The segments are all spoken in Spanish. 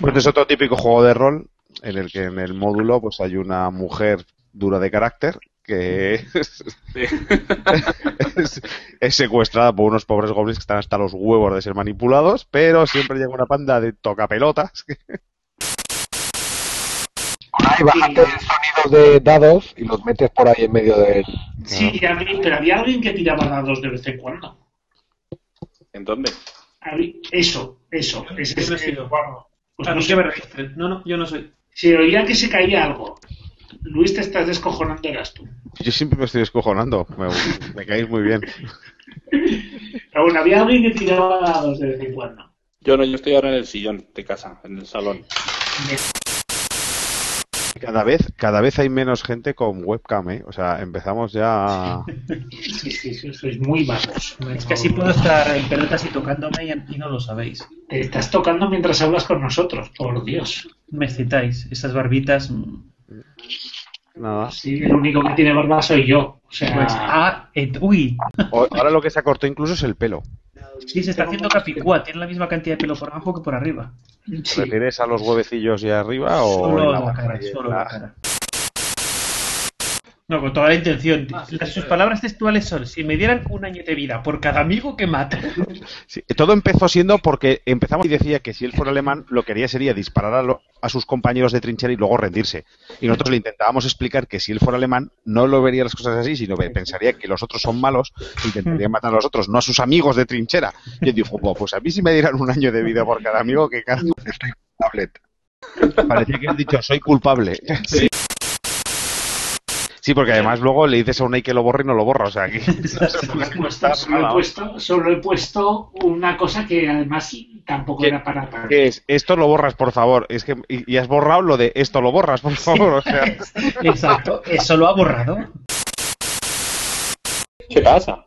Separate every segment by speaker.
Speaker 1: Bueno, es otro típico juego de rol en el que en el módulo pues hay una mujer dura de carácter que es, es- es secuestrada por unos pobres goblins que están hasta los huevos de ser manipulados, pero siempre llega una panda de tocapelotas. que-
Speaker 2: Ahí bajaste sonidos de dados y los metes por ahí en medio del.
Speaker 3: Sí, y había- pero había alguien que tiraba dados de vez en cuando.
Speaker 4: ¿En dónde?
Speaker 3: Había- Eso, eso. Ese,
Speaker 5: Yo no he
Speaker 3: ese-
Speaker 5: sido.
Speaker 3: vamos. Pues
Speaker 5: A
Speaker 3: no
Speaker 5: mí
Speaker 3: sé.
Speaker 5: que me registren. No, no, yo no soy.
Speaker 3: Se oía que se caía algo. Luis, te estás descojonando, eras tú.
Speaker 1: Yo siempre me estoy descojonando, me, me caéis muy bien.
Speaker 3: Pero bueno, había alguien que tiraba dados de vez en cuando.
Speaker 4: Yo no, yo estoy ahora en el sillón de casa, en el salón.
Speaker 1: Cada vez, cada vez hay menos gente con webcam, ¿eh? O sea, empezamos ya... a-
Speaker 3: Sí, sí, sí, sois muy vagos.
Speaker 5: Es que así puedo estar en pelotas y tocándome y, y no lo sabéis.
Speaker 3: Te estás tocando mientras hablas con nosotros, por Dios.
Speaker 5: Me excitáis. Esas barbitas. mm.
Speaker 1: Nada.
Speaker 3: Sí, el único que tiene barba soy yo. O
Speaker 5: Pues,
Speaker 3: sea,
Speaker 5: ah, et- uy.
Speaker 1: O- Ahora lo que se acortó incluso es el pelo.
Speaker 5: Sí, se está haciendo capicúa. Tiene la misma cantidad de pelo por abajo que por arriba.
Speaker 1: ¿Te
Speaker 3: sí.
Speaker 1: refieres a los huevecillos y arriba o en
Speaker 5: solo
Speaker 1: la
Speaker 5: la,
Speaker 1: boca
Speaker 5: cara,
Speaker 1: y en
Speaker 5: solo
Speaker 1: la-
Speaker 5: la cara. No, con toda la intención. Las- sus palabras textuales son: si me dieran un año de vida por cada amigo que mate.
Speaker 1: Sí, todo empezó siendo porque empezamos y decía que si él fuera alemán lo que haría sería disparar a, lo- a sus compañeros de trinchera y luego rendirse. Y nosotros le intentábamos explicar que si él fuera alemán no lo vería las cosas así, sino que pensaría que los otros son malos, intentaría matar a los otros, no a sus amigos de trinchera. Y él dijo, "Buah, pues a mí si me dieran un año de vida por cada amigo que cada...
Speaker 2: Estoy tablet.
Speaker 1: Parecía que has dicho, soy culpable. Sí. porque además luego le dices a Unai que lo borre y no lo borra, o sea, que...
Speaker 3: Solo he, puesto, solo, he puesto, solo he puesto una cosa que además tampoco
Speaker 1: ¿Qué-
Speaker 3: era para tanto.
Speaker 1: ¿Qué es? Esto lo borras, por favor. Es que y, y has borrado lo de esto lo borras, por favor. O sea,
Speaker 5: Exacto, eso lo ha borrado.
Speaker 4: ¿Qué pasa?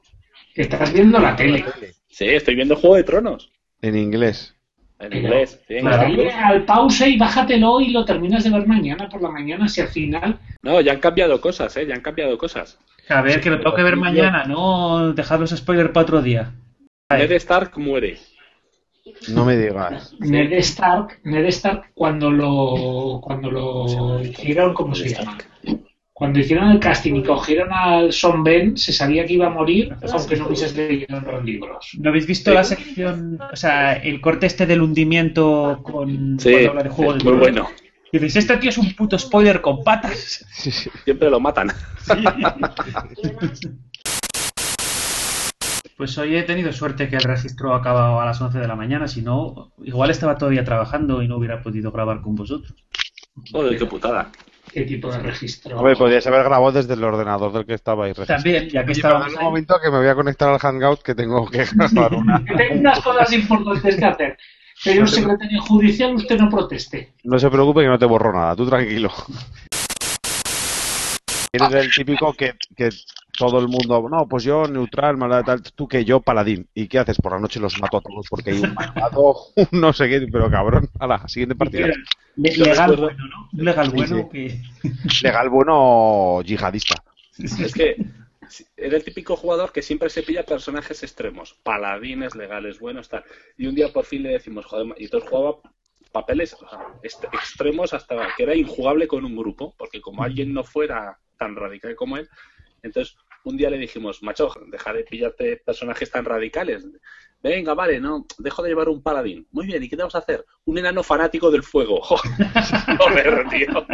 Speaker 3: Estás viendo la tele.
Speaker 4: Sí, estoy viendo Juego de Tronos.
Speaker 1: en inglés.
Speaker 4: En inglés. Sí, en
Speaker 3: Dale
Speaker 4: inglés.
Speaker 3: Pues al pause y bájatelo y lo terminas de ver mañana por la mañana si al final
Speaker 4: No, ya han cambiado cosas, ¿eh? Ya han cambiado cosas.
Speaker 5: A ver, que lo tengo que ver mañana, no dejar los spoilers para otro día.
Speaker 4: Ned Stark muere.
Speaker 1: No me digas.
Speaker 3: Ned Stark, Ned Stark cuando lo cuando lo hicieron ¿cómo se llama? Cuando hicieron el casting y cogieron al Son Ben, se sabía que iba a morir, aunque no hubieses leído en los libros.
Speaker 5: ¿No habéis visto la sección, o sea, el corte este del hundimiento con
Speaker 4: Sí,
Speaker 5: cuando habla de juego de
Speaker 4: muy
Speaker 5: Tronos?
Speaker 4: bueno.
Speaker 5: Y dices, este tío es un puto spoiler con patas.
Speaker 4: Siempre lo matan.
Speaker 5: Pues hoy he tenido suerte que el registro ha acabado a las 11 de la mañana, si no, igual estaba todavía trabajando y no hubiera podido grabar con vosotros.
Speaker 4: Joder, qué putada.
Speaker 3: ¿Qué tipo de registro?
Speaker 1: Hombre, pues- podrías haber grabado desde el ordenador del que estaba ahí.
Speaker 4: Pues
Speaker 5: También, ya que
Speaker 1: Oye, perdón
Speaker 5: estábamos
Speaker 1: un
Speaker 5: ahí.
Speaker 1: momento que me voy a conectar al Hangout que tengo que grabar una.
Speaker 3: Que Tengo unas cosas importantes que hacer. Soy un secretario judicial, usted no proteste.
Speaker 1: No se preocupe que no te borro nada, tú tranquilo. Eres el típico que, que todo el mundo, no, pues yo neutral, mala, tal, tú que yo paladín. ¿Y qué haces? Por la noche los mato a todos porque hay un malvado, un no sé qué, pero cabrón, a la siguiente partida.
Speaker 5: Le-
Speaker 4: Yo
Speaker 5: legal
Speaker 4: recuerdo-
Speaker 5: bueno, ¿no? Un Legal bueno que...
Speaker 1: Legal, bueno, yihadista.
Speaker 4: Es que si- era el típico jugador que siempre se pilla personajes extremos, paladines, legales, buenos, tal. Y un día por fin le decimos, joder, ma- y entonces jugaba papeles o sea, est- extremos hasta que era injugable con un grupo, porque como alguien no fuera tan radical como él, entonces un día le dijimos, macho, deja de pillarte personajes tan radicales. Venga, vale, no, dejo de llevar un paladín. Muy bien, ¿y qué te vas a hacer? Un enano fanático del fuego. Joder, tío.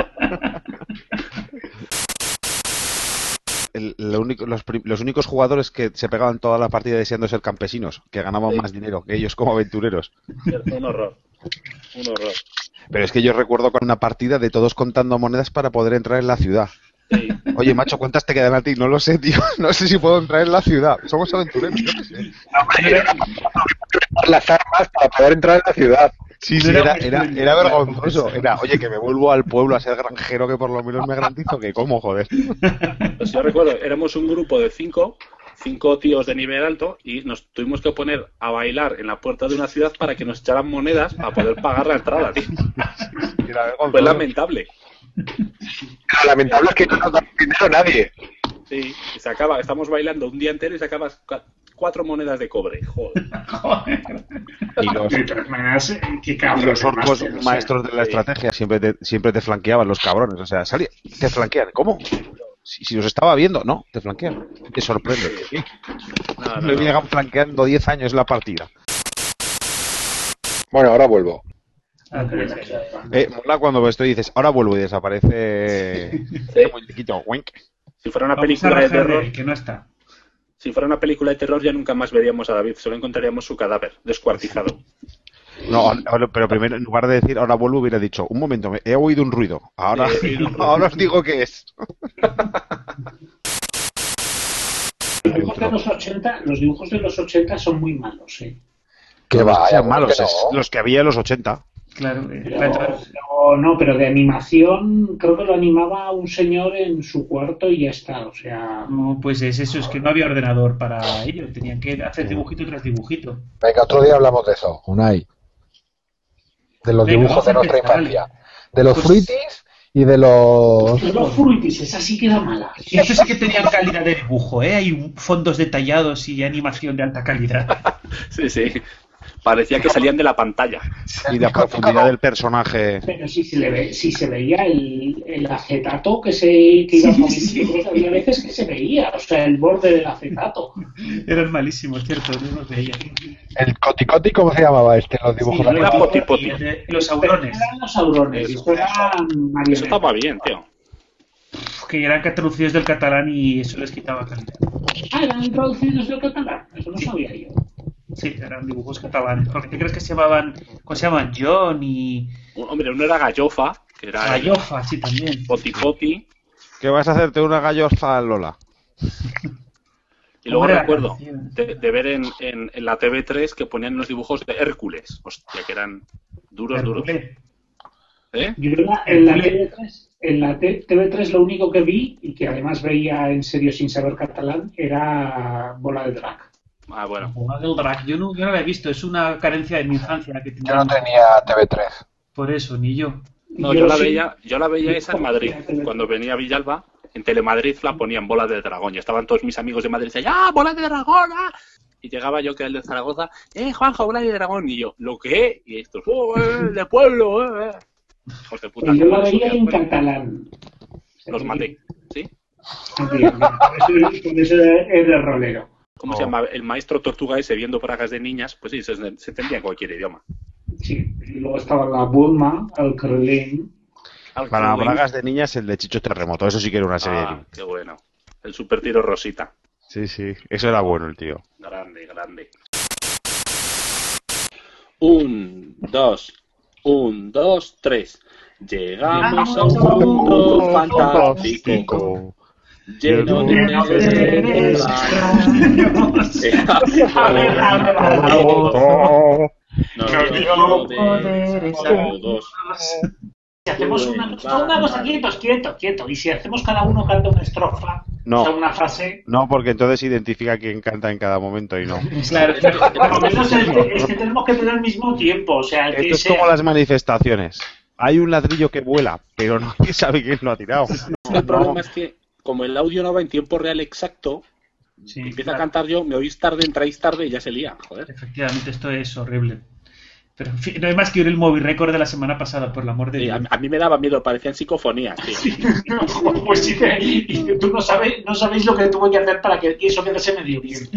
Speaker 1: El- lo único- los, pri- los únicos jugadores que se pegaban toda la partida deseando ser campesinos, que ganaban
Speaker 4: Sí.
Speaker 1: más dinero que ellos como aventureros.
Speaker 4: Un horror. Un horror.
Speaker 1: Pero es que yo recuerdo con una partida de todos contando monedas para poder entrar en la ciudad.
Speaker 4: Sí.
Speaker 1: Oye, macho, ¿cuántas te quedan a ti? No lo sé, tío. No sé si puedo entrar en la ciudad. Somos aventureros, yo qué sé.
Speaker 2: Las armas para poder entrar en la ciudad.
Speaker 1: Sí, sí, era, era, era vergonzoso. Era, oye, que me vuelvo al pueblo a ser granjero, que por lo menos me garantizo que como, joder.
Speaker 4: Pues yo recuerdo, éramos un grupo de cinco, cinco tíos de nivel alto y nos tuvimos que poner a bailar en la puerta de una ciudad para que nos echaran monedas para poder pagar la entrada, tío.
Speaker 1: Era vergonzoso.
Speaker 4: Fue lamentable.
Speaker 2: Lo lamentable es que no nos dan dinero nadie.
Speaker 4: Sí, y se acaba, estamos bailando un día entero y se acaba cua- cuatro monedas de cobre. Joder.
Speaker 3: Joder.
Speaker 1: Y los,
Speaker 3: De todas maneras, eh, qué
Speaker 1: Pues- y
Speaker 4: Ah,
Speaker 3: cabrón.
Speaker 1: los orcos
Speaker 3: Master, o sea,
Speaker 1: maestros
Speaker 4: eh,
Speaker 1: de la estrategia siempre te, siempre te flanqueaban los cabrones. O sea, salía, te flanquean. ¿Cómo? Si, si los estaba viendo, no, te flanquean. Te sorprende.
Speaker 4: No, no,
Speaker 1: Me
Speaker 4: no.
Speaker 1: llegan flanqueando 10 años la partida.
Speaker 2: Bueno, ahora vuelvo.
Speaker 5: Ah, pues,
Speaker 1: Eh, mola cuando esto dices, ahora vuelvo y desaparece
Speaker 4: Sí.
Speaker 1: el muñequito. Wink.
Speaker 4: Si fuera una
Speaker 5: vamos a
Speaker 4: película de
Speaker 5: rajar de
Speaker 4: terror,
Speaker 5: él, que no está.
Speaker 4: si fuera una película de terror ya nunca más veríamos a David, solo encontraríamos su cadáver descuartizado.
Speaker 1: No, ahora- pero primero, en lugar de decir ahora vuelvo, hubiera dicho, un momento, me- he oído un ruido. Ahora,
Speaker 4: He oído un ruido.
Speaker 1: ahora os digo qué es.
Speaker 3: Los dibujos de los 80, los dibujos de los 80 son muy malos, ¿eh?
Speaker 2: Que
Speaker 1: Los que
Speaker 2: vaya,
Speaker 1: sean malos,
Speaker 2: que no.
Speaker 1: es los que había en los 80.
Speaker 5: Claro, eh,
Speaker 3: Pero,
Speaker 5: claro.
Speaker 3: pero no, pero de animación creo que lo animaba un señor en su cuarto y ya está, o sea...
Speaker 5: No, pues es eso, es que no había ordenador para ello. Tenían que hacer dibujito tras dibujito.
Speaker 2: Venga, otro día hablamos de eso, Unai. De los
Speaker 5: Venga,
Speaker 2: dibujos
Speaker 5: vamos
Speaker 2: de
Speaker 5: a
Speaker 2: nuestra
Speaker 5: empezar.
Speaker 2: infancia. De los
Speaker 5: Pues-
Speaker 2: fruitis y de los...
Speaker 3: Los fruitis, esa sí queda mala.
Speaker 5: Y eso sí que tenían calidad de dibujo, ¿eh? Hay fondos detallados y animación de alta calidad.
Speaker 4: Sí, sí. Parecía que salían de la pantalla.
Speaker 1: Y la profundidad del personaje.
Speaker 3: Pero sí se, le ve, sí se veía el, el acetato que se que iba
Speaker 5: Sí,
Speaker 3: poniendo,
Speaker 5: sí.
Speaker 3: pues había veces que se veía, o sea, el borde del acetato.
Speaker 5: Eran malísimos, ¿cierto? No los veía.
Speaker 2: El coticoti, ¿cómo se llamaba este? Los dibujos
Speaker 5: Sí,
Speaker 4: era
Speaker 2: animados.
Speaker 4: poti- poti.
Speaker 5: Los
Speaker 3: Pero
Speaker 5: aurones,
Speaker 3: Eran los aurones, y
Speaker 4: Eso.
Speaker 3: eran
Speaker 4: Eso
Speaker 3: marionetas.
Speaker 4: estaba bien, tío.
Speaker 5: que eran traducidos del catalán y eso les quitaba calidad.
Speaker 3: Ah, eran traducidos del catalán, eso no sabía yo.
Speaker 5: Sí, eran dibujos catalanes. ¿Por qué crees que se llamaban, cómo se llaman? John y
Speaker 4: Un- Hombre, uno era Gallofa, que era el
Speaker 5: Gallofa, sí, también.
Speaker 4: Potipoti,
Speaker 1: ¿Qué vas a hacerte una galloza, Lola?
Speaker 4: y luego
Speaker 5: Hombre, la
Speaker 4: recuerdo
Speaker 5: canción.
Speaker 4: de, de ver en, en- en la TV3 que ponían los dibujos de Hércules. Hostia, que eran duros, duros.
Speaker 5: Hércules.
Speaker 4: ¿Eh?
Speaker 3: Yo en la, en la
Speaker 5: Hercule.
Speaker 3: TV3, en la T- TV3 lo único que vi, y que además veía en serio sin saber catalán, era Bola de Drag.
Speaker 4: Ah, bueno.
Speaker 5: Jugar del drag. Yo no, yo no la he visto, es una carencia de mi infancia que
Speaker 2: Yo no
Speaker 5: tenía.
Speaker 2: tenía TV3.
Speaker 5: Por eso, ni yo.
Speaker 4: No, yo la
Speaker 3: sí-
Speaker 4: veía, yo la veía esa en Madrid. Cuando venía a Villalba, en Telemadrid la ponían bola de dragón. Y estaban todos mis amigos de Madrid y decían, ¡ah, bola de dragón! ah". Y llegaba yo que era el de Zaragoza, ¡eh, Juanjo, bola de dragón! Y yo, ¿lo qué? Y estos, ¡oh, eh, de pueblo! Eh, eh". Hijos de puta.
Speaker 3: Pues yo la
Speaker 4: los
Speaker 3: veía en
Speaker 4: subían, pues,
Speaker 3: catalán.
Speaker 4: Los maté. ¿Sí?
Speaker 3: Bien, bien. Por eso- por eso era el rolero.
Speaker 4: ¿Cómo se llama? El maestro tortuga ese viendo bragas de niñas, pues sí, se, se entendía en cualquier idioma.
Speaker 3: Sí. Y luego estaba la Bulma, el Krillin.
Speaker 1: Para
Speaker 4: Alcuin.
Speaker 1: bragas de niñas, el de Chicho Terremoto. Eso sí que era una serie. de
Speaker 4: Ah,
Speaker 1: niños.
Speaker 4: qué bueno. El super tiro Rosita.
Speaker 1: Sí, sí. Eso era bueno, el tío.
Speaker 4: Grande, grande. Un, dos, un, dos, tres. Llegamos a un mundo fantástico, lleno de naves de todos.
Speaker 3: Si hacemos una, no, una cosa, quietos, quieto, quieto. Y si hacemos cada uno canta una estrofa,
Speaker 1: No.
Speaker 3: o sea, una frase,
Speaker 1: No, porque entonces identifica quién canta en cada momento y no.
Speaker 5: Claro,
Speaker 3: por lo menos es, es que pues este, tenemos que tener el mismo tiempo. O sea, el que
Speaker 1: Esto es
Speaker 3: sea.
Speaker 1: como las manifestaciones. Hay un ladrillo que vuela, pero nadie sabe quién lo ha tirado.
Speaker 4: El problema es que, como el audio no va en tiempo real exacto,
Speaker 5: Sí,
Speaker 4: empieza a
Speaker 5: claro.
Speaker 4: cantar yo, me oís tarde, entráis tarde y ya se lía, joder.
Speaker 5: Efectivamente, esto es horrible. Pero en fin, no hay más que oír el móvil récord de la semana pasada, por el amor de
Speaker 4: Sí, Eh, a,
Speaker 5: Dios.
Speaker 4: a mí me daba miedo, parecían psicofonías, tío.
Speaker 3: Joder, pues sí, que- y que tú no sabes, no sabéis lo que tuvo que hacer para que eso quedase medio bien.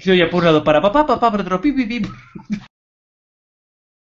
Speaker 5: Yo ya por un lado para papá, papá, por otro pi, pi, pi.